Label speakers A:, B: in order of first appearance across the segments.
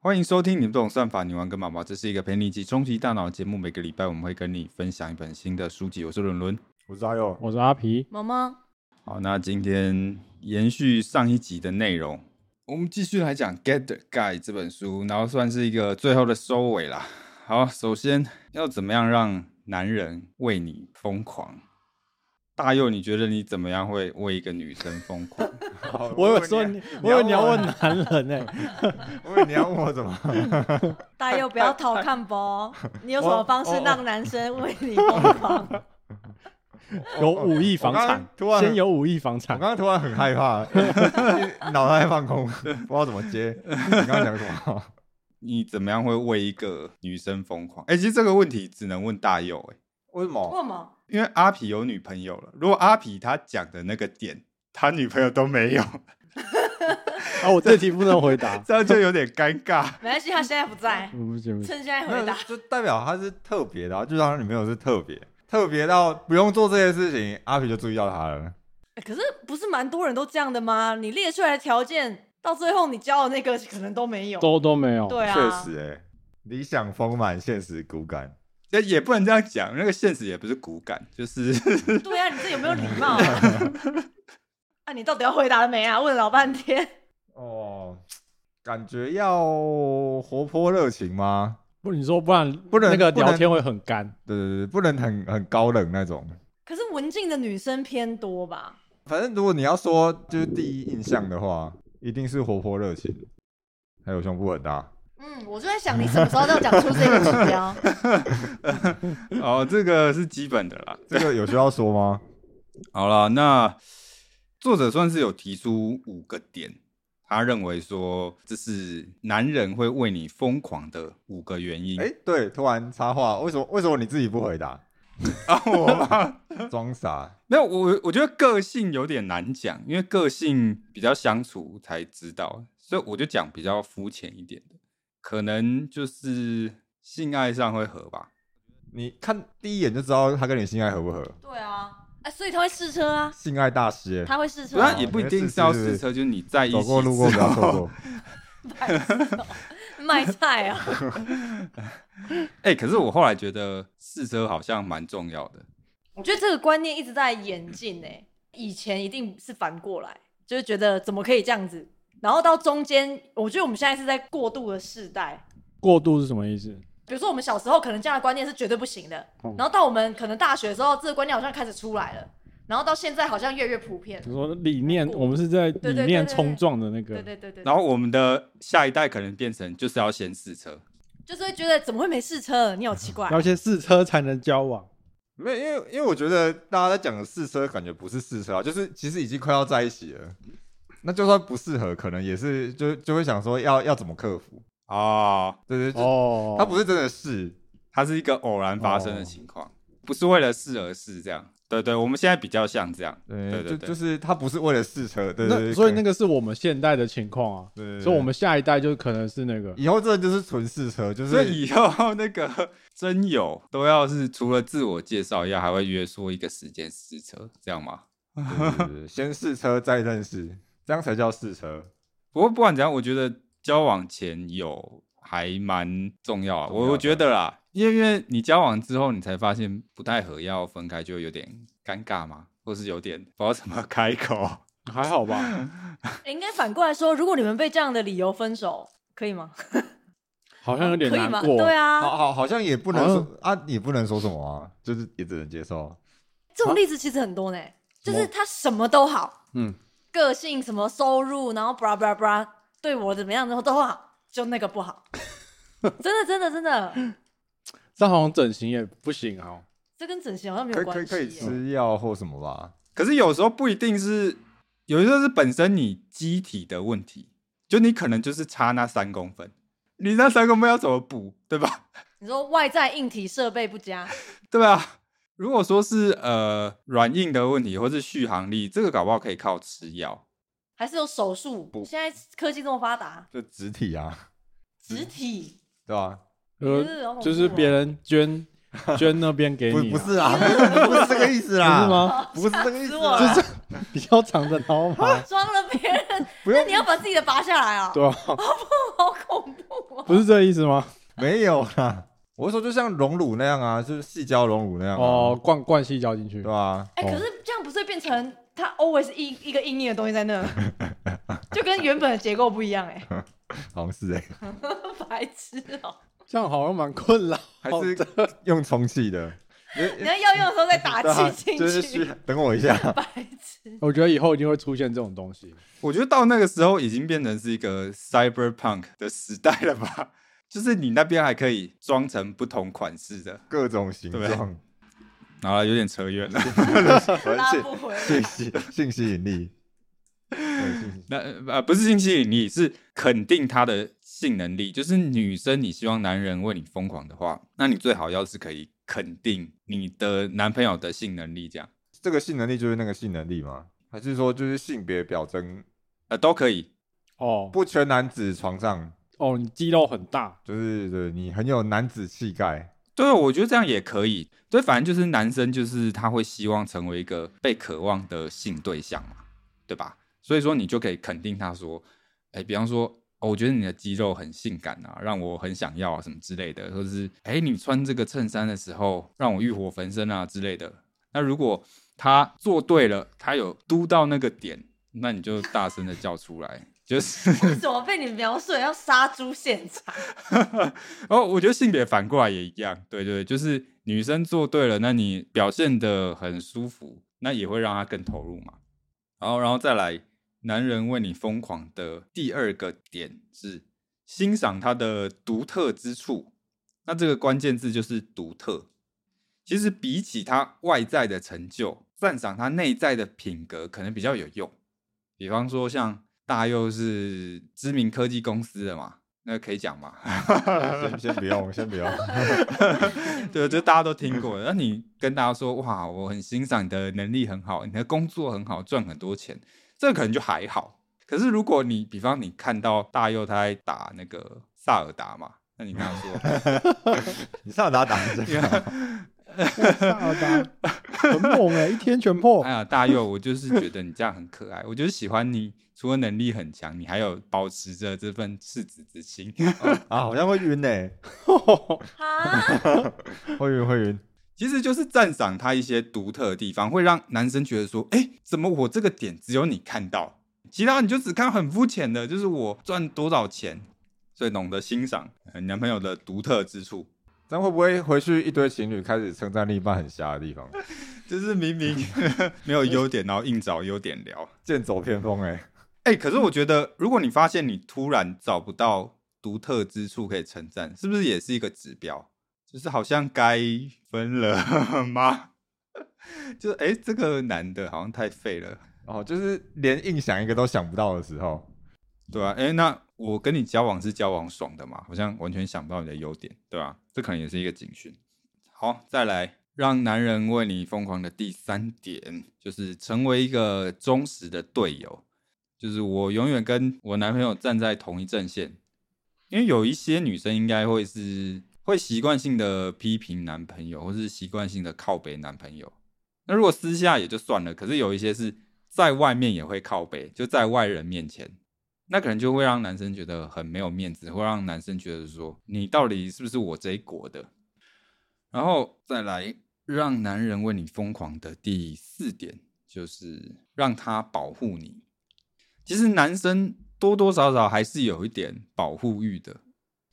A: 欢迎收听《你不懂算法，女王跟妈妈》，这是一个陪你一起冲击大脑的节目。每个礼拜我们会跟你分享一本新的书籍。我是伦伦。
B: 我是阿佑，
C: 我是阿皮，
D: 毛毛，
A: 好，那今天延续上一集的内容，我们继续来讲《Get the Guy》这本书，然后算是一个最后的收尾啦。好，首先要怎么样让男人为你疯狂？大佑，你觉得你怎么样会为一个女生疯狂？
C: 我有说你，我有你要问啊男人欸呢、
B: 我以为你要问我怎么？
D: 大佑不要偷看包，你有什么方式让男生为你疯狂？
C: 有五亿房
B: 我刚刚
C: 产
B: 突，然
C: 先有五亿房
B: 我
C: 产
B: 刚，刚突然很害怕， 脑袋放空，不知道怎么接。你刚刚讲什 么？
A: 你怎么样会为一个女生疯狂？哎、其实这个问题只能问大佑、哎，
B: 为什么？
D: 为什么？
A: 因为阿皮有女朋友了。如果阿皮他讲的那个点，他女朋友都没有，，
C: 啊，我这题不能回 答
A: 这样就有点尴尬。
D: 没关系，他现在不在，
C: 嗯不行不行，
D: 趁现在回
B: 那
D: 答。
B: 就代表他是特别的、啊，就像他女朋友是特别，特别到不用做这些事情，阿皮就注意到他了。
D: 欸可是不是蛮多人都这样的吗？你列出来的条件，到最后你交的那个可能都没有。
C: 都都没有，
D: 对啊，
B: 确、实、欸，哎，理想丰满，现实骨感。
A: 这也不能这样讲，那个现实也不是骨感，就是
D: 对啊，你这有没有礼貌啊？啊，你到底要回答了没啊？问了老半天，
B: 哦，感觉要活泼热情吗？
C: 不，你说不然
B: 不能
C: 那个
B: 不能
C: 聊天会很干，
B: 对对对，不能很很高冷那种。
D: 可是文静的女生偏多吧？
B: 反正如果你要说就是第一印象的话，一定是活泼热情，还有胸部很大。
D: 嗯，我就在想，你什么时候要讲出这个指标？
A: 哦，这个是基本的啦。
B: 这个有需要说 吗？
A: 好了，那作者算是有提出五个点，他认为说这是男人会为你疯狂的五个原因。
B: 哎、对，突然插话，为什么为什么你自己不回答？
A: 啊，我吗？
B: 装傻。
A: 没有，我我觉得个性有点难讲，因为个性比较相处才知道，所以我就讲比较肤浅一点的，可能就是性爱上会合吧。
B: 你看第一眼就知道他跟你性爱合不合，
D: 对啊，哎、所以他会试车啊，
B: 性爱大师欸、
D: 他会试车、
A: 不
D: 啊
A: 然。也不一定是要试车，就是你在一起
B: 走过路过不
A: 之
B: 要
A: 后
B: 错过。
D: 卖菜啊！
A: 哎、可是我后来觉得试车好像蛮重要的。
D: 我觉得这个观念一直在演进呢、以前一定是反过来，就是觉得怎么可以这样子，然后到中间，我觉得我们现在是在过渡的世代。
C: 过度是什么意思？
D: 比如说我们小时候可能这样的观念是绝对不行的，
C: 嗯
D: 然后到我们可能大学的时候，这个观念好像开始出来了，然后到现在好像越来越普遍
C: 你。说理念，我们是在
D: 对
C: 理
D: 对
C: 念
D: 对对
C: 冲撞的那个
D: 对，对对对，
A: 然后我们的下一代可能变成就是要先试车，
D: 就是会觉得怎么会没试车？你好奇怪。
C: 要先试车才能交往，
B: 没有，因为因为我觉得大家在讲的试车，感觉不是试车啊，就是其实已经快要在一起了。那就算不适合，可能也是就就会想说要要怎么克服。
A: 哦，
B: 对对对，
C: 哦，
B: 他不是真的试，
A: 它是一个偶然发
B: 哦
A: 生的情况，不是为了试而试这样。对对，我们现在比较像这样。对
B: 对，
A: 对
B: 就
A: 对
B: 就是他不是为了试车，对对
C: 那
B: 对。
C: 所以那
B: 个，
C: 个是我们现代的情况啊，
B: 对对对
C: 所以我们下一代就可能是那 个，
B: 以后这就是纯试车，就
A: 所
B: 是
A: 以以后那个真友都要是除了自我介绍以外，还会约说一个时间试车，这样吗？
B: 对对对对先试车再认识，这样才叫试车。
A: 不过不管怎样，我觉得交往前有还蛮重要啊。
B: 重要
A: 我
B: 的
A: 我觉得啦，因为因为你交往之后，你才发现不太合，要分开就有点尴尬嘛，或是有点不知道怎么开口。
C: 还好吧，
D: 应该反过来说，如果你们被这样的理由分手，可以吗？
C: 好像有点
D: 可以
C: 难
D: 吗？
C: 过，
D: 对
B: 好
D: 啊，
B: 好好像也不能说啊，也不能说什么啊，就是也只能接受。
D: 这种例子其实很多呢、就是他什么都好，
C: 嗯，
D: 个性、什么收入，然后 blah blah blah，对我怎么样，然后都好，就那个不好。真的，真的，真的，
C: 这好像整形也不行啊、
D: 这跟整形好像没
B: 可
D: 有
B: 以可以
D: 关系
B: 可
D: 耶。
B: 以吃药或什么吧？
A: 可是有时候不一定是，有时候是本身你机体的问题，就你可能就是差那三公分，你那三公分要怎么补，对吧？
D: 你说外在硬体设备不佳，
A: 对啊，如果说是呃软硬的问题，或是续航力，这个搞不好可以靠吃药。
D: 还是有手术？现在科技这么发达，
B: 就植体啊，
D: 植体
B: 对吧、
C: 呃，
D: 啊
C: 就是别人 捐捐那边给
B: 不
C: 你、啊，
B: 不是啊， 不是这个意思 啦，
C: 不是？吗？
B: 不是这个意思
D: 吓死 我了
B: 啦，
C: 就是比较长的刀 嘛，
D: 装了别人，
B: 不
D: 那
B: 用
D: 你要把自己的拔下来啊，
C: 对啊，
D: 好恐怖哦！
C: 不是这意思吗？
B: 没有啦。我是说，就像溶乳那样啊，就是细胶溶乳那样、啊、
C: 哦，，灌灌细胶进去
B: 对，吧、啊
D: 哎、可是这样不是会变成它 always 一一个硬硬的东西在那，就跟原本的结构不一样哎、
B: 好像是哎、
D: 白痴哦、
C: 这样好像蛮困扰。
B: 还是 用充气的，
D: 你要要用的时候再打
B: 对啊
D: 气进
B: 就是需
D: 去，
B: 等我一下。
D: 白痴。
C: 我觉得以后一定会出现这种东西。
A: 我觉得到那个时候已经变成是一个 cyberpunk 的时代了吧？ 就是你那边还可以装成不同款式的，
B: 各种形
A: 对
B: 状，
A: 然后有点扯远了。
D: 拉
B: 而
D: 不回来，
B: 且信息信息引力，对信息
A: 那呃不是性吸引力，是肯定他的性能力。就是女生，你希望男人为你疯狂的话，那你最好要是可以肯定你的男朋友的性能力，这样
B: 这个性能力就是那个性能力吗？还是说就是性别表征
A: 呃都可以。
C: 哦
B: 不全男子床上，
C: 哦，你肌肉很大，
B: 就是对你很有男子气概，
A: 对，我觉得这样也可以。对，反正就是男生，就是他会希望成为一个被渴望的性对象嘛，对吧？所以说你就可以肯定他说，哎，比方说，哦，我觉得你的肌肉很性感啊，让我很想要啊，什么之类的，或者是，哎，你穿这个衬衫的时候让我欲火焚身啊之类的。那如果他做对了，他有嘟到那个点，那你就大声的叫出来，就是。
D: 怎么被你描述得像杀猪现场？
A: 哦，我觉得性别反过来也一样，对对，就是女生做对了，那你表现的很舒服，那也会让她更投入嘛。然后，然后再来，男人为你疯狂的第二个点是欣赏他的独特之处。那这个关键字就是独特。其实比起他外在的成就，赞赏他内在的品格可能比较有用。比方说，像大佑是知名科技公司的嘛，那可以讲嘛？
B: 先先不用，先不用，
A: 对，这大家都听过。那你跟大家说，哇，我很欣赏你的能力很好，你的工作很好，赚很多钱，这可能就还好。可是如果你，比方你看到大佑他在打那个萨尔达嘛，那你跟他说，
B: 你啊上哪打一
A: 因
B: 下？
A: 为
C: 大大 很猛哎，一天全破
A: 哎。呀，大佑，我就是觉得你这样很可爱，我就是喜欢你。除了能力很强，你还有保持着这份赤子之心。
B: 啊，好像会晕呢、
D: 啊，
B: 会晕会晕，
A: 其实就是赞赏他一些独特的地方，会让男生觉得说，哎、怎么我这个点只有你看到，其他你就只看很肤浅的，就是我赚多少钱，所以懂得欣赏呃你男朋友的独特之处，
B: 这样会不会回去一堆情侣开始称赞另一半很瞎的地方，
A: 就是明明没有优点，然后硬找优点聊。
B: 剑走偏锋哎、
A: 哎、可是我觉得，如果你发现你突然找不到独特之处可以称赞，是不是也是一个指标？就是好像该分了 吗？就是哎、这个男的好像太废了。
B: 哦，就是连硬想一个都想不到的时候，
A: 对啊，哎、那我跟你交往是交往爽的嘛？好像完全想不到你的优点，对吧、这可能也是一个警讯。好，再来，让男人为你疯狂的第三点就是成为一个忠实的队友，就是我永远跟我男朋友站在同一阵线。因为有一些女生应该会是会习惯性的批评男朋友，或是习惯性的靠北男朋友。那如果私下也就算了，可是有一些是在外面也会靠北，就在外人面前，那可能就会让男生觉得很没有面子，会让男生觉得说你到底是不是我这一国的？然后再来让男人为你疯狂的第四点，就是让他保护你。其实男生多多少少还是有一点保护欲的，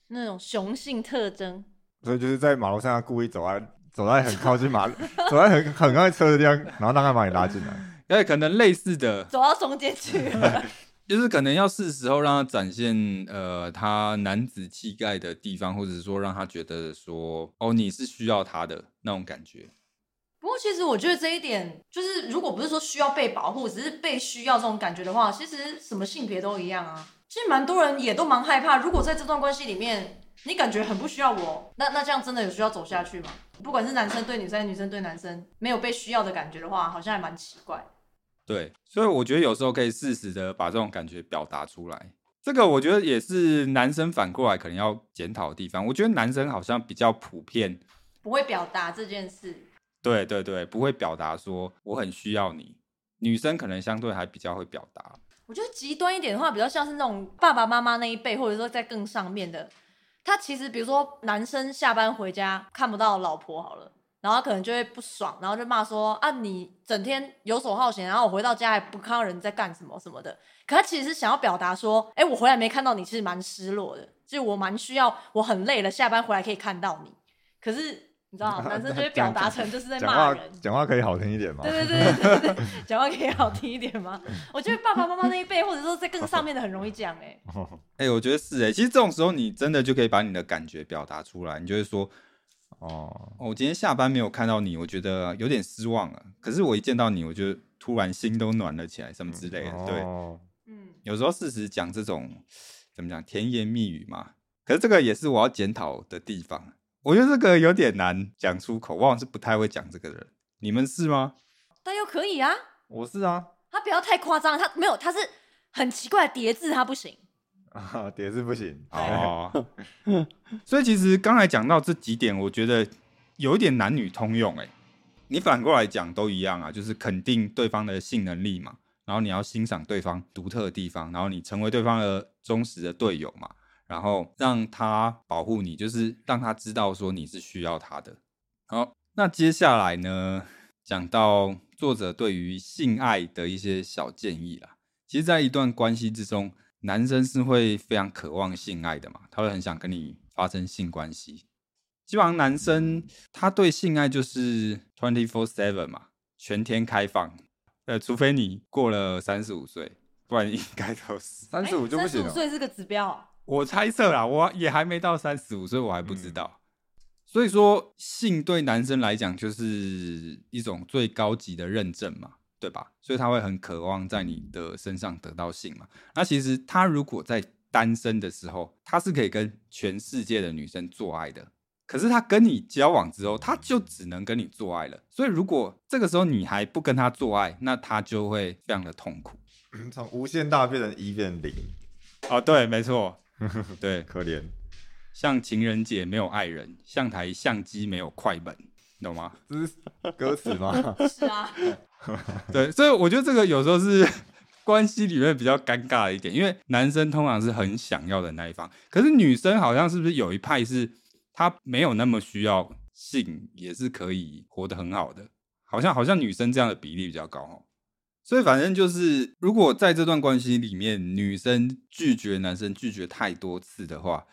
D: 那种雄性特征，
B: 所以就是在马路上要故意走在走在很靠近马 路，走在很很靠近车的地方，然后让他把你拉进来。
A: 哎，可能类似的，
D: 走到中间去了，
A: 就是可能要是时候让他展现呃他男子气概的地方，或者说让他觉得说哦你是需要他的那种感觉。
D: 不过，其实我觉得这一点，就是如果不是说需要被保护，只是被需要这种感觉的话，其实什么性别都一样啊。其实蛮多人也都蛮害怕，如果在这段关系里面，你感觉很不需要我，那那这样真的有需要走下去吗？不管是男生对女生，女生对男生，没有被需要的感觉的话，好像还蛮奇怪。
A: 对，所以我觉得有时候可以适时的把这种感觉表达出来。这个我觉得也是男生反过来可能要检讨的地方。我觉得男生好像比较普遍，
D: 不会表达这件事，
A: 对对对，不会表达说我很需要你。女生可能相对还比较会表达，
D: 我觉得极端一点的话，比较像是那种爸爸妈妈那一辈，或者说在更上面的，他其实比如说男生下班回家看不到老婆好了，然后他可能就会不爽，然后就骂说啊你整天游手好闲，然后我回到家也不看到人在干什么什么的。可他其实是想要表达说，哎、我回来没看到你，其实蛮失落的，就是我蛮需要，我很累了，下班回来可以看到你。可是你知 道，男生就会表达成 就是在
B: 讲
D: 骂
B: 话
D: 人。
B: 讲话可以好听一点吗
D: 对？对对对对对，讲话可以好听一点 吗？我觉得爸爸妈妈那一辈，或者说在更上面的，很容易讲哎、
B: 哦
A: 哎、我觉得是哎、其实这种时候你真的就可以把你的感觉表达出来，你就会说，
B: 哦，
A: 哦，我今天下班没有看到你，我觉得有点失望了。可是我一见到你，我就突然心都暖了起来，什么之类的。对，
B: 哦
D: 嗯，
A: 有时候事实讲这种怎么讲甜言蜜语嘛，可是这个也是我要检讨的地方。我觉得这个有点难讲出口，我好像是不太会讲这个的人。你们是吗？
D: 但又可以啊，
B: 我是啊，
D: 他不要太夸张，他没有，他是很奇怪的叠字，他不行。
B: 啊，也是不行。
A: 哦， 所以其实刚才讲到这几点，我觉得有一点男女通用、欸。哎，你反过来讲都一样啊，就是肯定对方的性能力嘛，然后你要欣赏对方独特的地方，然后你成为对方的忠实的队友嘛，然后让他保护你，就是让他知道说你是需要他的。好，那接下来呢，讲到作者对于性爱的一些小建议啦。其实，在一段关系之中，男生是会非常渴望性爱的嘛，他会很想跟你发生性关系。基本上，男生他对性爱就是 twenty four seven 嘛，全天开放。呃，除非你过了三十五岁，不然应该都是。
B: 三十五就不行
D: 哎三十
B: 了
D: 五。岁是个指标，啊
A: 我猜测啦，我也还没到三十五，所以我还不知道。所以说，性对男生来讲就是一种最高级的认证嘛，对吧？所以他会很渴望在你的身上得到性嘛。那其实他如果在单身的时候，他是可以跟全世界的女生做爱的。可是他跟你交往之后，他就只能跟你做爱了。所以如果这个时候你还不跟他做爱，那他就会非常的痛苦。
B: 从无限大变成一变零，
A: 哦，对，没错， 对。
B: 可怜。
A: 像情人节没有爱人，像台相机没有快门，你懂吗？
B: 这是歌词吗？
D: 是啊，
A: 对，所以我觉得这个有时候是 关系里面比较尴尬的一点，因为男生通常是很想要的那一方，可是女生好像是不是有一派是她没有那么需要性，也是可以活得很好的，好像好像女生这样的比例比较高哦。所以反正就是，如果在这段关系里面，女生拒绝男生拒绝太多次的话，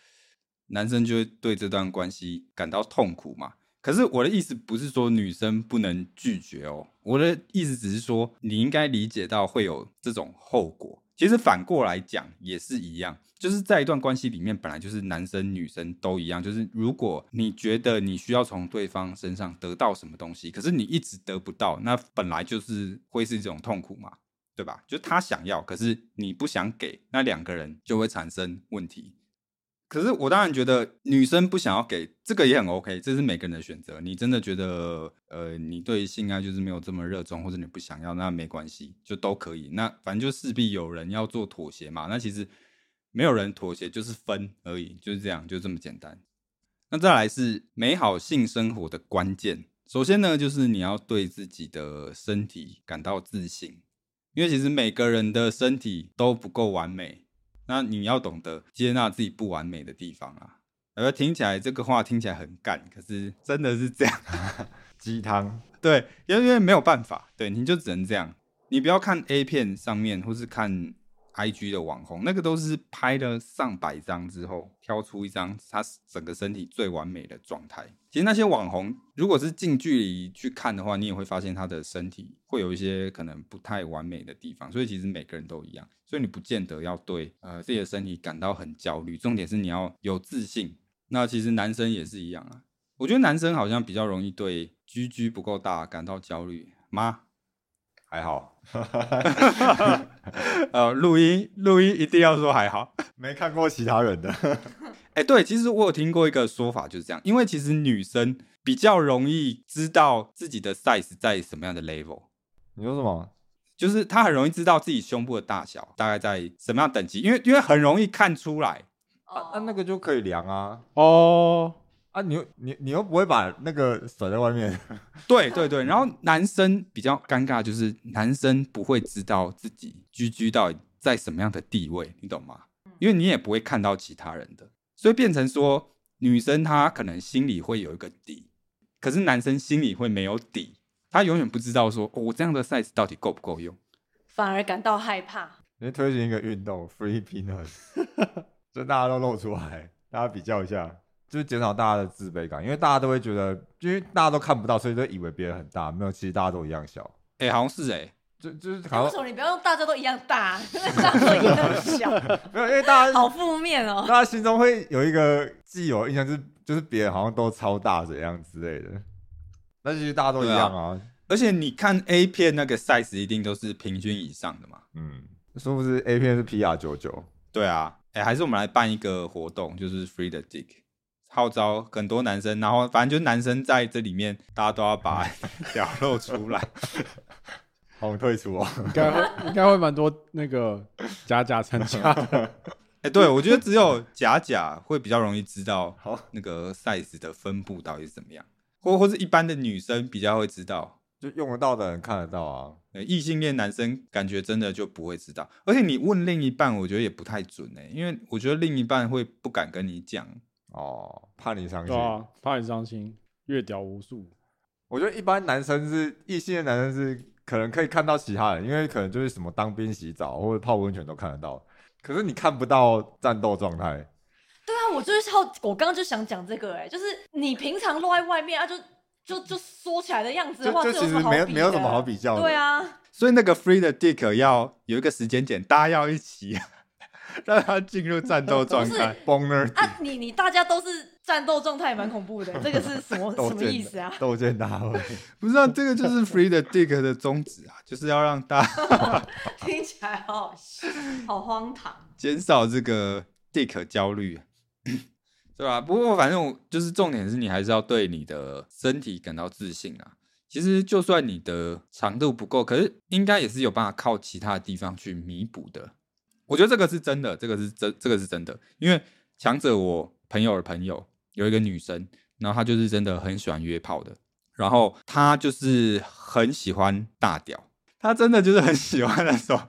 A: 男生就会对这段关系感到痛苦嘛。可是我的意思不是说女生不能拒绝哦，我的意思只是说你应该理解到会有这种后果。其实反过来讲也是一样，就是在一段关系里面，本来就是男生女生都一样。就是如果你觉得你需要从对方身上得到什么东西，可是你一直得不到，那本来就是会是一种痛苦嘛，对吧？就是他想要，可是你不想给，那两个人就会产生问题。可是我当然觉得女生不想要给这个也很 OK，这是每个人的选择。你真的觉得呃，你对性爱就是没有这么热衷，或者你不想要，那没关系，就都可以。那反正就势必有人要做妥协嘛。那其实没有人妥协，就是分而已，就是这样，就这么简单。那再来是美好性生活的关键。首先呢，就是你要对自己的身体感到自信，因为其实每个人的身体都不够完美，那你要懂得接纳自己不完美的地方啊。而听起来这个话听起来很干，可是真的是这样。
B: 鸡汤。
A: 对，因为因为没有办法，对，你就只能这样。你不要看 A 片上面，或是看 IG 的网红，那个都是拍了上百张之后，挑出一张他整个身体最完美的状态。其实那些网红，如果是近距离去看的话，你也会发现他的身体会有一些可能不太完美的地方。所以其实每个人都一样，所以你不见得要对呃自己的身体感到很焦虑。重点是你要有自信。那其实男生也是一样啊，我觉得男生好像比较容易对居居不够大感到焦虑吗？
B: 还好，
A: 呃，录音录音一定要说还好。
B: 没看过其他人的。
A: 哎、对，其实我有听过一个说法就是这样，因为其实女生比较容易知道自己的 size 在什么样的 level，
B: 你说什么？
A: 就是她很容易知道自己胸部的大小大概在什么样等级，因为因为很容易看出来。
D: 哦、
B: 啊，那个就可以量啊。
C: 哦，
B: 啊，你又你你又不会把那个甩在外面，
A: 对对对，然后男生比较尴尬，就是男生不会知道自己居居到底在什么样的地位，你懂吗？因为你也不会看到其他人的，所以变成说女生她可能心里会有一个底，可是男生心里会没有底，他永远不知道说、哦我这样的 size 到底够不够用。
D: 反而感到害怕。
B: 你推荐一个运动 free penis，就大家都露出来，大家比较一下，就是减少大家的自卑感，因为大家都会觉得，因为大家都看不到，所以就以为别人很大，没有，其实大家都一样小，
A: 哎、好像是哎、
B: 就就是
D: 那
B: 好
D: 为什
B: 像
D: 么你不要用大家都一样大， 大家都一样小？
B: 没有，因为大家
D: 好负面哦。
B: 大家心中会有一个既有印象，就是就是别人好像都超大怎样之类的，但其实大家都一样啊，
A: 而且你看 A 片那个 size 一定都是平均以上的嘛。
B: 嗯，说不是 A 片是 PR 九九，
A: 对啊，哎、还是我们来办一个活动，就是 Free the Dick，号召很多男生，然后反正就是男生在这里面，大家都要把屌露出来。
B: 好我们退出哦，
C: 应该会应该会蛮多那个假假参 加
B: 啊
C: 的，
A: 哎、对我觉得只有假假会比较容易知道
B: 好
A: 那个 size 的分布到底是怎么样，或或是一般的女生比较会知道，
B: 就用得到的人看得到啊，
A: 呃异性恋男生感觉真的就不会知道。而且你问另一半，我觉得也不太准哎、因为我觉得另一半会不敢跟你讲。
B: 哦，怕你伤
C: 对
B: 心。
C: 啊，怕你伤心，越屌无数。
B: 我觉得一般男生是异性的男生是可能可以看到其他人，因为可能就是什么当兵、洗澡或者泡温泉都看得到，可是你看不到战斗状态。
D: 对啊，我就是好，我刚刚就想讲这个、哎，就是你平常露在外面啊就，就就缩起来的样子
B: 就
D: 的话，
B: 就
D: 这有
B: 其
D: 什
B: 实
D: 么好
B: 没有
D: 比
B: 没有
D: 的
B: 什么好比较的
D: 对啊，
A: 所以那个 Free 的 Dick 要有一个时间点，大家要一起 让他进入战斗状态。
B: Boner
D: 啊，你你大家都是战斗状态，蛮恐怖的，这个是什么
B: 斗
D: 什么
B: 争
D: 意思啊？
B: 斗剑大会，
A: 不是啊，这个就是 Free 的 Dick 的宗旨啊，就是要让大家
D: 听起来好好笑，好荒唐。
A: 减少这个 Dick 焦虑，对吧？不过反正我就是重点是你还是要对你的身体感到自信啊。其实就算你的长度不够，可是应该也是有办法靠其他的地方去弥补的。我觉得这个是真的，这个是真，这个是真的。因为强者我朋友的朋友有一个女生，然后她就是真的很喜欢约炮的，然后她就是很喜欢大屌，她真的就是很喜欢那种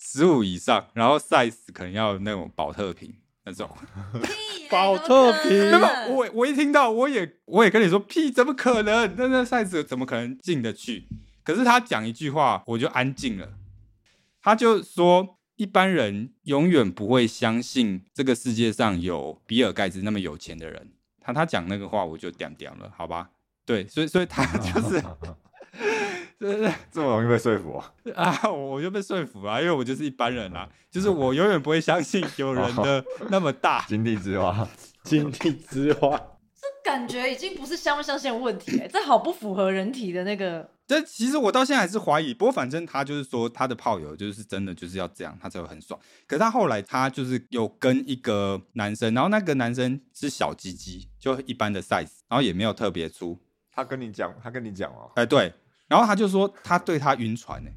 A: 十五以上，然后 size 可能要有那种保特瓶那种。
D: 屁
C: 保特瓶
A: 那么我我一听到，我也我也跟你说屁，怎么可能？那那 size 怎么可能进得去？可是他讲一句话，我就安静了。他就说，一般人永远不会相信这个世界上有比尔盖茨那么有钱的人。他他讲那个话，我就屌屌了，好吧？对，所以所以他就是，对对
B: 这么容易被说服、啊？
A: 对 啊，我我就被说服了、因为我就是一般人啦、啊就是我永远不会相信有人的那么大。
B: 井底之蛙，
C: 井底之蛙，
D: 感觉已经不是相不相信的问题、哎，这好不符合人体的那个。
A: 但其实我到现在还是怀疑，不过反正他就是说他的炮友就是真的就是要这样，他才会很爽。可是他后来他就是有跟一个男生，然后那个男生是小鸡鸡，就一般的 size，然后也没有特别粗，
B: 他跟你讲，他跟你讲哦，
A: 哎、对，然后他就说他对他晕船呢、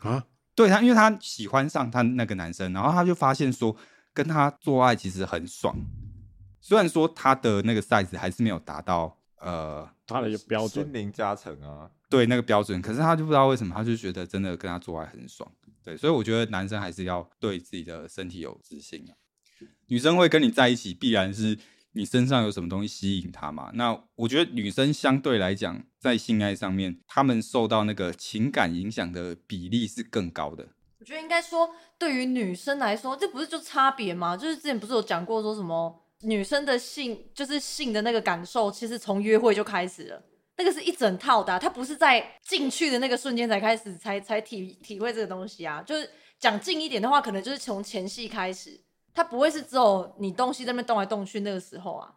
C: 啊，
A: 对他，因为他喜欢上他那个男生，然后他就发现说跟他做爱其实很爽，虽然说他的那个 size 还是没有达到呃
C: 他的一个标
B: 心
C: 准，
B: 灵加成啊，
A: 对那个标准，可是他就不知道为什么，他就觉得真的跟他做爱很爽。对，所以我觉得男生还是要对自己的身体有自信啊。女生会跟你在一起，必然是你身上有什么东西吸引她嘛。那我觉得女生相对来讲，在性爱上面，她们受到那个情感影响的比例是更高的。
D: 我觉得应该说，对于女生来说，这不是就差别吗？就是之前不是有讲过说什么女生的性，就是性的那个感受，其实从约会就开始了，那个是一整套的啊、它不是在进去的那个瞬间才开始才才体体会这个东西啊。就是讲近一点的话，可能就是从前戏开始，它不会是只有你东西在那边动来动去那个时候啊。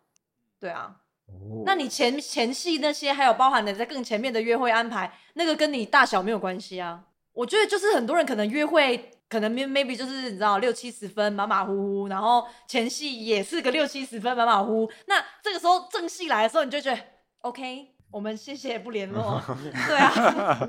D: 对啊，
A: 哦
D: 那你前前戏那些，还有包含的在更前面的约会安排，那个跟你大小没有关系啊。我觉得就是很多人可能约会，可能 may- maybe 就是你知道六七十分马马虎虎，然后前戏也是个六七十分马马虎虎。那这个时候正戏来的时候，你就觉得 OK，我们谢谢不联络，对啊，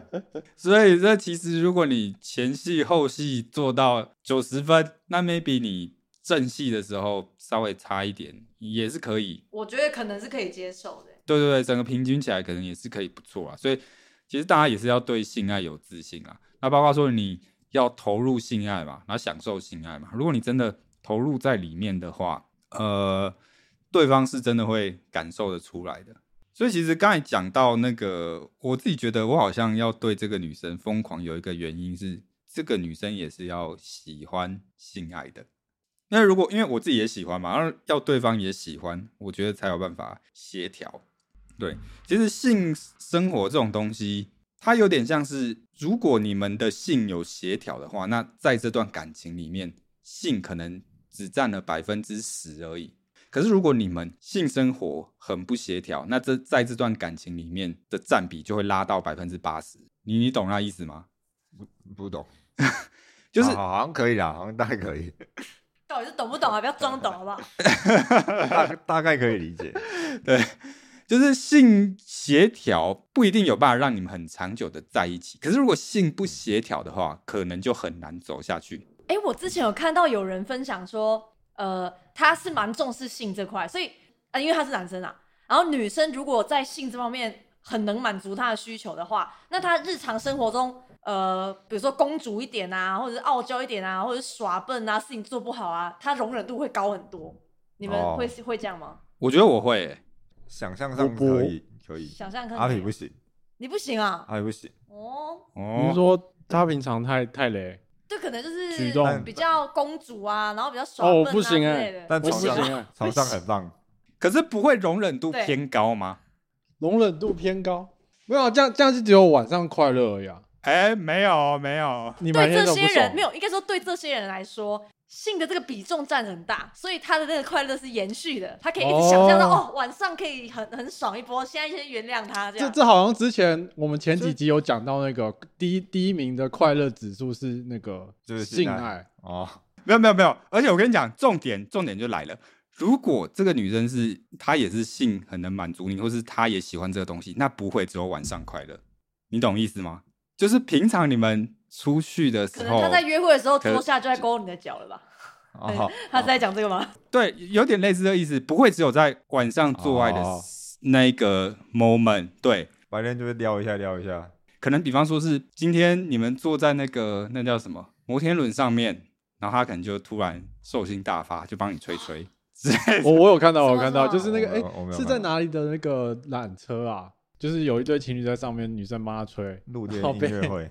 A: 所以这其实如果你前戏后戏做到九十分，那 maybe 你正戏的时候稍微差一点也是可以。
D: 我觉得可能是可以接受的。
A: 对对对，整个平均起来可能也是可以不错啊。所以其实大家也是要对性爱有自信啊。那包括说你要投入性爱嘛，然后享受性爱嘛。如果你真的投入在里面的话，呃，对方是真的会感受得出来的。所以其实刚才讲到那个，我自己觉得我好像要对这个女生疯狂，有一个原因是这个女生也是要喜欢性爱的。那如果因为我自己也喜欢嘛，然后要对方也喜欢，我觉得才有办法协调。对，其实性生活这种东西，它有点像是，如果你们的性有协调的话，那在这段感情里面，性可能只占了百分之十而已。可是如果你们性生活很不协调，那这在这段感情里面的占比就会拉到百分之八十。你你懂那意思吗？
B: 不懂，
A: 就是
B: 好好好像可以啦，好像大概可以，
D: 到底是懂不懂啊？不要装懂好不好？
B: 大大概可以理解。
A: 对，就是性协调不一定有办法让你们很长久的在一起。可是如果性不协调的话，可能就很难走下去。
D: 哎、我之前有看到有人分享说，呃，他是蛮重视性这块，所以呃，因为他是男生啊，然后女生如果在性这方面很能满足他的需求的话，那他日常生活中，呃，比如说公主一点啊，或者是傲娇一点啊，或者是耍笨啊，事情做不好啊，他容忍度会高很多。你们
B: 哦
D: 会、会这样吗？
A: 我觉得我会欸、
B: 想象上
C: 我
B: 可以，可以。
D: 想象看看，
B: 阿皮不行，
D: 你不行啊，
B: 阿皮不行，
D: 哦，
A: 哦，
C: 你是说他平常太太累？
D: 这可能就是
C: 举动
D: 比较公主啊，然后比较耍
C: 哦
D: 笨
C: 我
D: 啊
C: 不行
D: 之
C: 欸
D: 类的。
B: 但
C: 我
B: 床
C: 不
B: 上
C: 行啊，
B: 床上很浪，
A: 可是不会容忍度
D: 对
A: 偏高吗？
C: 容忍度偏高。没有啊，这样这样是只有晚上快乐而已啊。
A: 哎、没有没有，
C: 你白
D: 对
C: 天
D: 这
C: 都不
D: 些人
C: 爽
D: 没。有，应该说对这些人来说，性的这个比重占很大，所以他的那个快乐是延续的，他可以一直想象到哦
C: 哦
D: 晚上可以很很爽一波，现在先原谅他这
C: 这
D: 样。
C: 这好像之前我们前几集有讲到那个第一第一名的快乐指数是那个
B: 就是
C: 性
B: 性爱
C: 爱，
B: 哦，
A: 没有没有没有，而且我跟你讲，重点重点就来了。如果这个女生是她也是性很能满足你，或是她也喜欢这个东西，那不会只有晚上快乐，你懂意思吗？就是平常你们出去的
D: 可
A: 时
D: 能
A: 候
D: 他，在约会的时候，
A: 可是
D: 桌下就在勾你的脚了吧？
B: 哦，
D: 他是在讲这个
C: 哦
D: 吗？
A: 对，有点类似的意思，不会只有在晚上做爱的
B: 哦
A: 那个 moment，对，
B: 白天就会撩一下撩一下，
A: 可能比方说是今天你们坐在那个那叫什么摩天轮上面，然后他可能就突然兽性大发，就帮你吹吹之类的。
C: 我我有看到，我有看到，
D: 什么
C: 就
D: 什
C: 是
D: 么
C: 那个
B: 我没有我哦没
C: 哎，
B: 有
C: 是在哪里的那个缆车啊？就是有一对情侣在上面，女生帮他吹，
B: 露天
C: 靠
B: 音
C: 背
B: 乐会，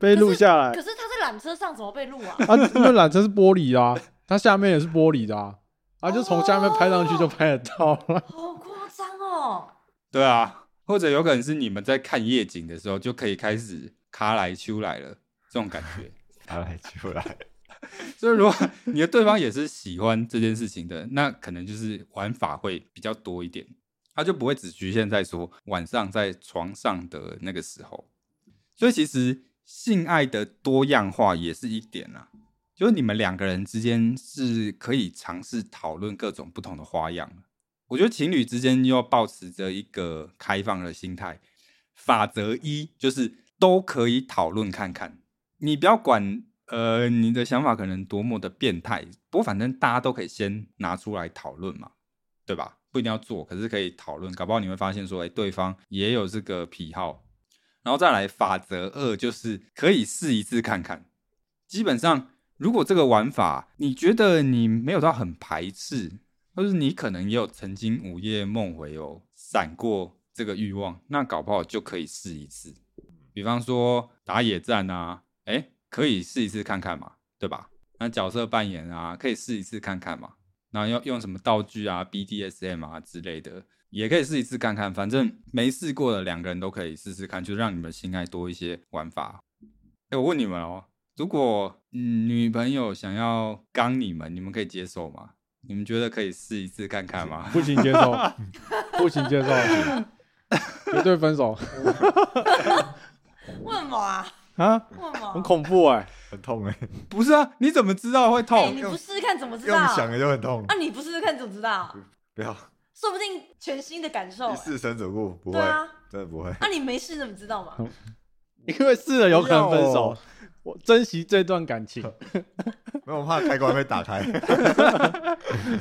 C: 被录下来
D: 可是他在缆车上怎么被录啊？
C: 啊， 那缆车是玻璃的啊，它下面也是玻璃的啊，啊，就从下面拍上去就拍得到了。
D: 好夸张哦！
A: 对啊，或者有可能是你们在看夜景的时候就可以开始卡来秋来了这种感觉。
B: 他来就来，
A: 所以如果 你的对方也是喜欢这件事情的，那可能就是玩法会比较多一点，他就不会只局限在说晚上在床上的那个时候。所以其实性爱的多样化也是一点啦、就是你们两个人之间是可以尝试讨论各种不同的花样的。我觉得情侣之间要保持着一个开放的心态。法则一就是都可以讨论看看，你不要管呃你的想法可能多么的变态，不过反正大家都可以先拿出来讨论嘛，对吧？不一定要做，可是可以讨论，搞不好你会发现说，哎、对方也有这个癖好。然后再来法则二就是可以试一次看看，基本上如果这个玩法你觉得你没有到很排斥，或是你可能也有曾经午夜梦回有闪过这个欲望，那搞不好就可以试一次。比方说打野战啊，哎、可以试一次看看嘛，对吧？那角色扮演啊，可以试一次看看嘛。那要用什么道具啊，BDSM 啊之类的，也可以试一次看看。反正没试过的两个人都可以试试看，就让你们性爱多一些玩法。哎、我问你们哦，如果、嗯、女朋友想要刚你们，你们可以接受吗？你们觉得可以试一次看看吗？
C: 不行接受，不行接受，绝对分手
D: 问什么啊？
C: 啊！
D: 问什么？
C: 很恐怖哎、
B: 很痛哎，
A: 不是啊，你怎么知道会
D: 哎、
A: 痛？
D: 你不试试看怎么知道？
B: 用想
D: 啊，
B: 的就很痛，
D: 你不试试看怎么知道？
B: 不要
D: 说不定全新的感受、
B: 一试神主顾，不
D: 对
B: 会，
D: 啊，
B: 真的不会。
D: 啊，你没试怎么知道 嘛？
C: 因为试了有可能分
B: 不要
C: 手
B: 哦，
C: 我珍惜这段感情。
B: 没有，我怕开关被打开。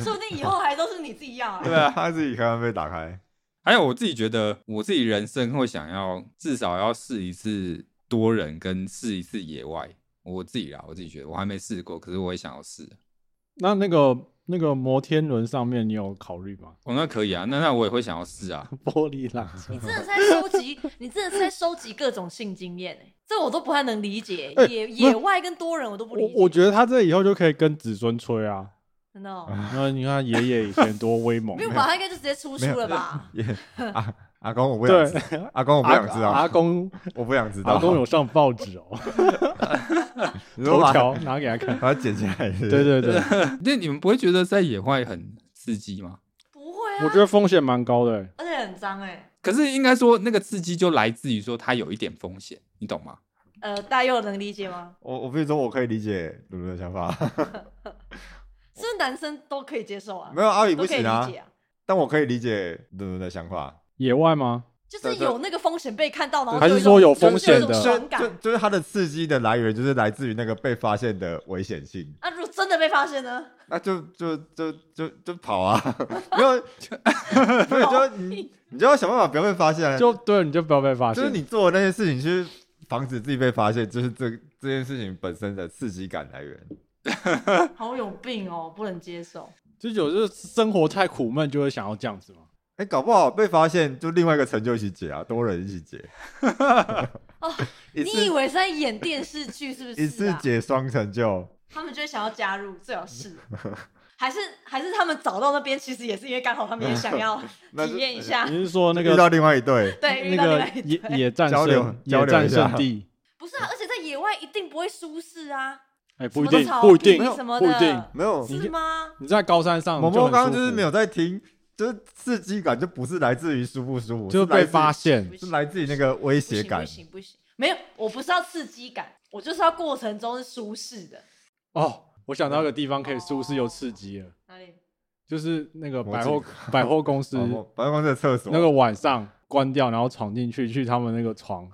D: 说不定以后还都是你自己要、啊。
A: 对 啊，
B: 他自己开关被打开，
A: 还有我自己觉得，我自己人生会想要至少要试一次多人跟试一次野外。我自己啦，我自己觉得我还没试过，可是我也想要试。
C: 那那个那个摩天轮上面，你有考虑吗？
A: 哦，那可以啊，那那我也会想要试啊。
C: 玻璃缆车
D: 你真的是在收集，你真的是在收集各种性经验哎、这我都不太能理解。
C: 哎
D: 野
C: 不是
D: 野外跟多人我都不理解。
C: 我我觉得他这以后就可以跟子孙吹 啊。
D: 真的哦、
C: 然后你看爷爷以前多威猛
D: 没，有吧？他应该就直接出书了吧？
B: 也啊，阿公我不想
C: 对
B: 知，阿公我不
C: 阿
B: 想知
C: 阿
B: 道，
C: 公
B: 我不想知道。
C: 阿公有上报纸哦，
B: 你说
C: 头
B: 把
C: 条 拿给他看。
B: 把它剪下来是不是，
C: 对对 对，
A: 那你们不会觉得在野外很刺激吗？
D: 不会啊，
C: 我觉得风险蛮高的欸。
D: 而且很脏哎、
A: 可是应该说，那个刺激就来自于说它有一点风险，你懂吗？
D: 呃，大家又能理解吗？
B: 我我比如说我可以理解鲁鲁的想法，
D: 是不是男生都可以接受啊？
B: 没有阿宇
D: 都
B: 不
D: 可以
B: 行
D: 理
B: 啊
D: 解，啊，
B: 但我可以理解鲁鲁的想法，
C: 野外吗？
D: 就是有那个风险被看到，然后
C: 还是
D: 就一种
C: 说有风
D: 就一
C: 险
D: 种
C: 的
B: 呃就
D: 爽
B: 就
D: 感。
B: 就是它的刺激的来源就是来自于那个被发现的危险性，
D: 啊，如果真的被发现呢？
B: 那就就就就就跑啊， 没有，没有就你你就要想办法不要被发现啊，
C: 就对，你就不要被发现。
B: 就是你做的那些事情去防止自己被发现，就是这这件事情本身的刺激感来源。
D: 好有病哦，不能接受。
C: 就有就是生活太苦闷，就会想要这样子嘛。
B: 哎、搞不好被发现，就另外一个成就一起解啊，多人一起解。
D: 哦，
B: 一
D: 你以
B: 次
D: 为是在演电视剧是不是、啊？
B: 一次解双成就，
D: 他们就会想要加入，最 好是。还是还是他们找到那边，其实也是因为刚好他们也想要
B: 那是
D: 体验一下
C: 你，是说那
B: 啊遇
C: 个
B: 到另外一对，
D: 对，遇
C: 那
D: 到另
C: 个
D: 外一
C: 野
D: 对
C: 野战
B: 交流
C: 胜
B: 交
C: 野
B: 流一
C: 战
B: 下
C: 胜地？
D: 不是啊，而且在野外一定不会舒适啊，
C: 哎，
D: 什
C: 不一
D: 么
C: 定，
D: 草
C: 不一
D: 地
C: 定，
D: 什么
C: 不一定
D: 的。
B: 没有。
D: 是吗？
C: 你在高山上，
B: 某某刚刚就是没
C: 有，
B: 有在听，就是刺激感就不是来自于舒不舒服，
C: 就是
B: 来
C: 被
B: 自于
C: 发现
D: 不。
B: 是来自于那个威
D: 不
B: 胁
D: 行不
B: 感。
D: 行不行，没有，我不是要刺激感，我就是要过程中是舒适的。
C: 哦，我想到一个地方可以舒适又刺激了，
D: 哪里？
C: 就是那个
B: 我
C: 百
B: 知
C: 货百货公司
B: 哦我白光的厕所
C: 那个晚上关掉，然后闯进去去他们那 个床，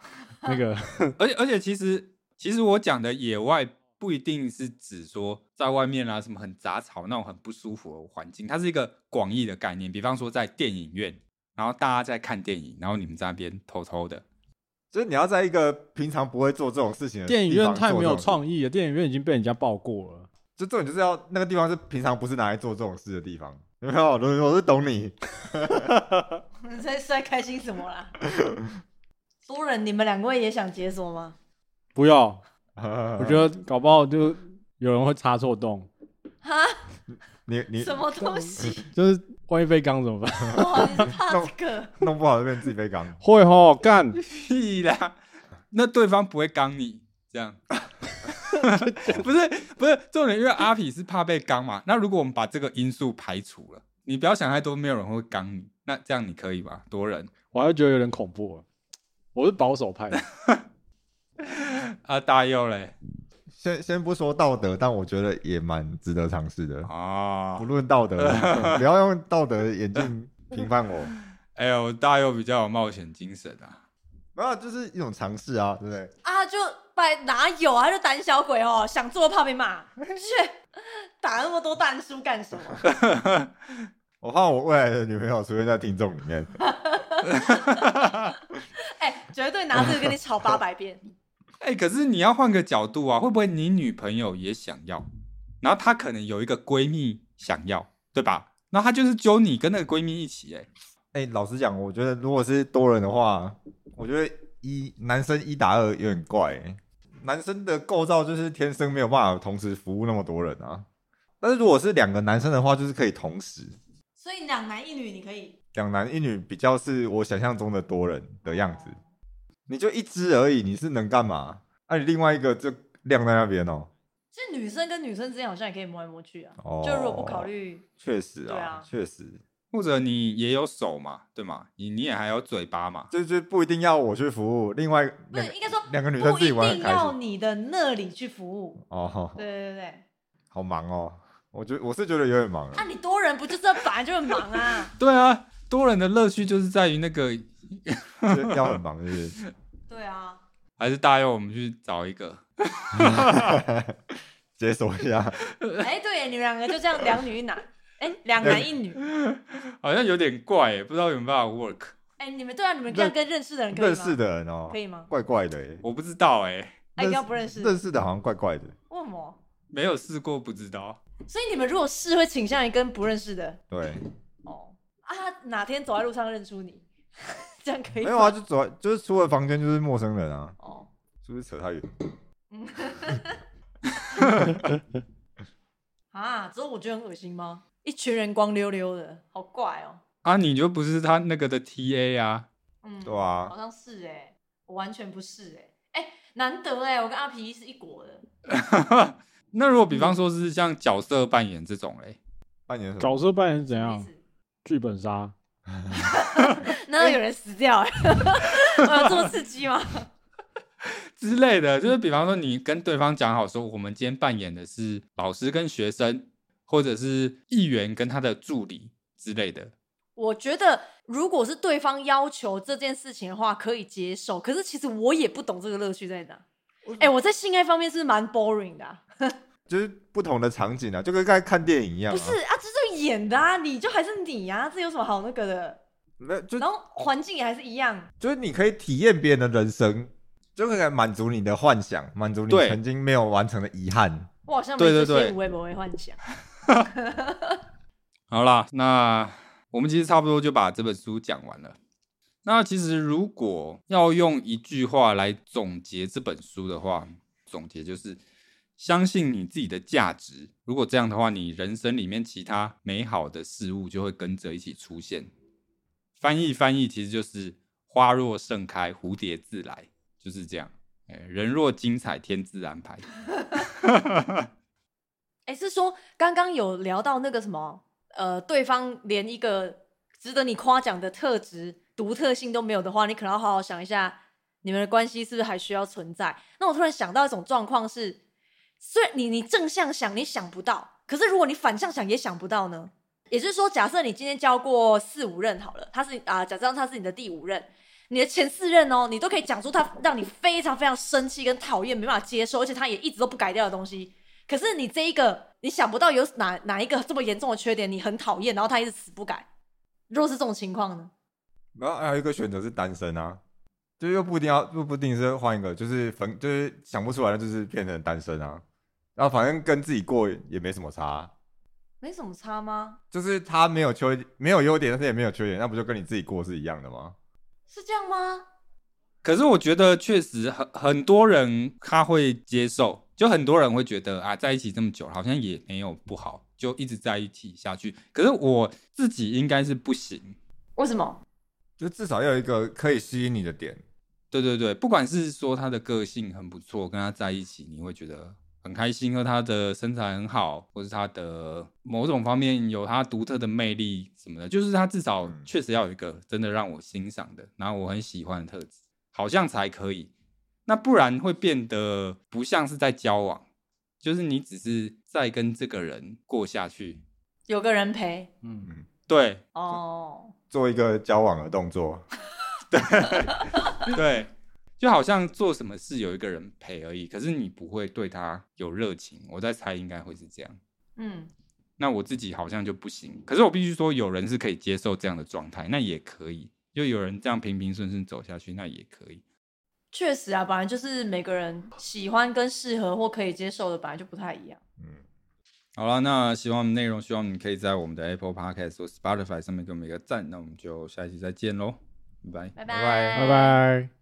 C: 那个
A: 而且而且，其实其实我讲的野外不一定是指说在外面啊什么很杂草那种很不舒服的环境，它是一个广义的概念。比方说在电影院，然后大家在看电影，然后你们在那边偷偷的，
B: 就是你要在一个平常不会做这种事情的
C: 电影院太没有
B: 意。
C: 创意了，电影院已经被人家爆过了。
B: 就重点就是要那个地方是平常不是拿来做这种事的地方。有没有？我我是懂你，
D: 你在在开心什 么啦？多人，你们两位也想解锁吗？
C: 不要，
B: 我
C: 我觉得搞不好就有人会插错洞，
D: 哈，
B: 你你
D: 什么 东西？
C: 就是万一被刚怎么办？
D: 哇，你是怕这个？
B: 弄不好就变成自己被刚。
C: 会吼干，
A: 屁啦，那对方不会刚你这样。 不是不是重点，因为阿痞是怕被刚嘛。那如果我们把这个因素排除了，你不要想太多，没有人会刚你。那这样你可以吧？多人
C: 我还是觉得有点恐怖了。哦我是保守派的，
A: 啊，大佑嘞
B: 先先不说道德，但我觉得也蛮值得尝试的。
A: 啊
B: 不，论道 德，不要用道德的眼镜评判我。
A: 哎呦，大佑比较有冒险精神啊。
B: 没有，就是一种尝试啊，对不对？
D: 啊，就拜哪有啊？就胆小鬼哦，想做怕被骂， 去打那么多蛋叔干什么？
B: 我怕我未来的女朋友出现在听众里面。
D: 哎、绝对拿这个跟你吵八百遍。
A: 哎、可是你要换个角度啊，会不会你女朋友也想要？然后她可能有一个闺蜜想要，对吧？那她就是揪你跟那个闺蜜一起、哎，
B: 哎、老实讲，我觉得如果是多人的话，我觉得一男生一打二有点怪、欸。男生的构造就是天生没有办法同时服务那么多人啊。但是如果是两个男生的话，就是可以同时
D: 所以两男一女你可以，
B: 两男一女，比较是我想象中的多人的样子。你就一只而已，你是能干嘛？那、你另外一个就晾在那边哦。
D: 其实女生跟女生之间好像也可以摸来摸去啊。
B: 哦
D: 就如果不考虑，
B: 确实
D: 对
B: 啊，
D: 啊
B: 确、实，
A: 或者你也有手嘛，对吗？你你也还有嘴巴嘛，
B: 就就不一定要我去服务，另外
D: 不
B: 两
D: 是
B: 个
D: 应该说
B: 两个女生
D: 不
B: 自己
D: 一
B: 玩很
D: 定
B: 开
D: 要
B: 心
D: 你的那里去服务。
B: 哦，好
D: 对对对对，
B: 好忙哦。我觉我是觉得有点忙了
D: 啊，你多人不就是本来就很忙 啊？
A: 对啊，多人的乐趣就是在于那个，
B: 就是要很忙，是不 是？
D: 对啊，
A: 还是大佑我们去找一个。
B: 解锁一下，
D: 哎、对，你们两个就这样两女一 男，哎、两男一女，
A: 好像有点怪欸耶，不知道有没有办法 work，
D: 哎、你们对啊，你们这样跟认识的人可以
B: 认
D: 吗？
B: 识的人哦
D: 可，以吗？
B: 怪怪的欸，
A: 我不知道哎。
D: 哎、
B: 认识
D: 要不认识，
B: 认识的好像怪怪的，
D: 为什么？
A: 没有试过不知道。
D: 所以你们如果是会倾向于跟不认识的
B: 对，
D: 哦啊，他哪天走在路上认出你， 这样可以
B: 没
D: 吗？
B: 有啊，就走，就是出了房间就是陌生人啊，
D: 哦，
B: 是不是扯太远？
D: 啊，只有我觉得很恶心吗？一群人光溜溜的，好怪哦。
A: 啊，你就不是他那个的 TA 啊？
D: 嗯，
B: 对啊
D: 好，像是哎、我完全不是哎、哎、难得哎、我跟阿皮是一国的。
A: 那如果比方说是像角色扮演这种嘞，
B: 扮演什么？
C: 角色扮演是怎
D: 什么
C: 样
B: 嗯
D: 意？思
C: 剧本杀，
D: 难道有人死掉、 欸？我有这么刺激吗？
A: 之类的，就是比方说你跟对方讲好说，我们今天扮演的是老师跟学生，或者是议员跟他的助理之类的。
D: 我觉得如果是对方要求这件事情的话，可以接受。可是其实我也不懂这个乐趣在哪。哎、我在性爱方面是不是蛮 boring 的啊、
B: 就是不同的场景啊，就跟刚才看电影一样、啊。
D: 不是，啊，这就是演的啊，你就还是你啊，这有什么好那个的？
B: 那就
D: 然后环境也还是一样，
B: 就是你可以体验别人的人生，就可以满足你的幻想，满足你
A: 对
B: 曾经没有完成的遗憾。
D: 我好像没
A: 对对
D: 实现
A: 对
D: 我也不会幻想。
A: 好啦，那我们其实差不多就把这本书讲完了。那其实如果要用一句话来总结这本书的话，总结就是相信你自己的价值。如果这样的话，你人生里面其他美好的事物就会跟着一起出现。翻译翻译其实就是花若盛开，蝴蝶自来，就是这样。哎人若精彩，天自安排。
D: 哎、是说刚刚有聊到那个什么，呃，对方连一个值得你夸奖的特质、独特性都没有的话，你可能要好好想一下，你们的关系是不是还需要存在？那我突然想到一种状况是，虽然你你正向想你想不到，可是如果你反向想也想不到呢？也就是说，假设你今天交过四五任好了，他是啊、假设他是你的第五任，你的前四任哦，你都可以讲出他让你非常非常生气跟讨厌、没办法接受，而且他也一直都不改掉的东西。可是你这一个，你想不到有哪哪一个这么严重的缺点，你很讨厌，然后他一直死不改。如果是这种情况呢？
B: 然后还有一个选择是单身啊，就又不一定要，又不一定是换一个，就是分，就是想不出来的，就是变成单身啊。然后反正跟自己过也没什么差啊、
D: 没什么差吗？
B: 就是他没有缺，没有优点，但是也没有缺点，那不就跟你自己过是一样的吗？
D: 是这样吗？
A: 可是我觉得确实很很多人他会接受，就很多人会觉得啊，在一起这么久了，好像也没有不好，就一直在一起下去。可是我自己应该是不行，
D: 为什么？
B: 就至少要有一个可以吸引你的点。
A: 对对对，不管是说他的个性很不错，跟他在一起你会觉得很开心，和他的身材很好，或是他的某种方面有他独特的魅力什么的，就是他至少
B: 嗯
A: 确实要有一个真的让我欣赏的，然后我很喜欢的特质，好像才可以。那不然会变得不像是在交往，就是你只是在跟这个人过下去。
D: 有个人陪
C: 嗯，
A: 对
D: 哦，
B: 做一个交往的动作，
A: 对，就好像做什么事有一个人陪而已，可是你不会对他有热情。我在猜应该会是这样。
D: 嗯，
A: 那我自己好像就不行。可是我必须说，有人是可以接受这样的状态，那也可以。就有人这样平平顺顺走下去，那也可以。
D: 确实啊，本来就是每个人喜欢跟适合或可以接受的本来就不太一样。
B: 嗯，
A: 好了，那希望我们内容，希望你可以在我们的 Apple Podcast 或 Spotify 上面给我们一个赞。那我们就下一期再见喽，拜拜。
D: 拜
B: 拜
C: 拜拜。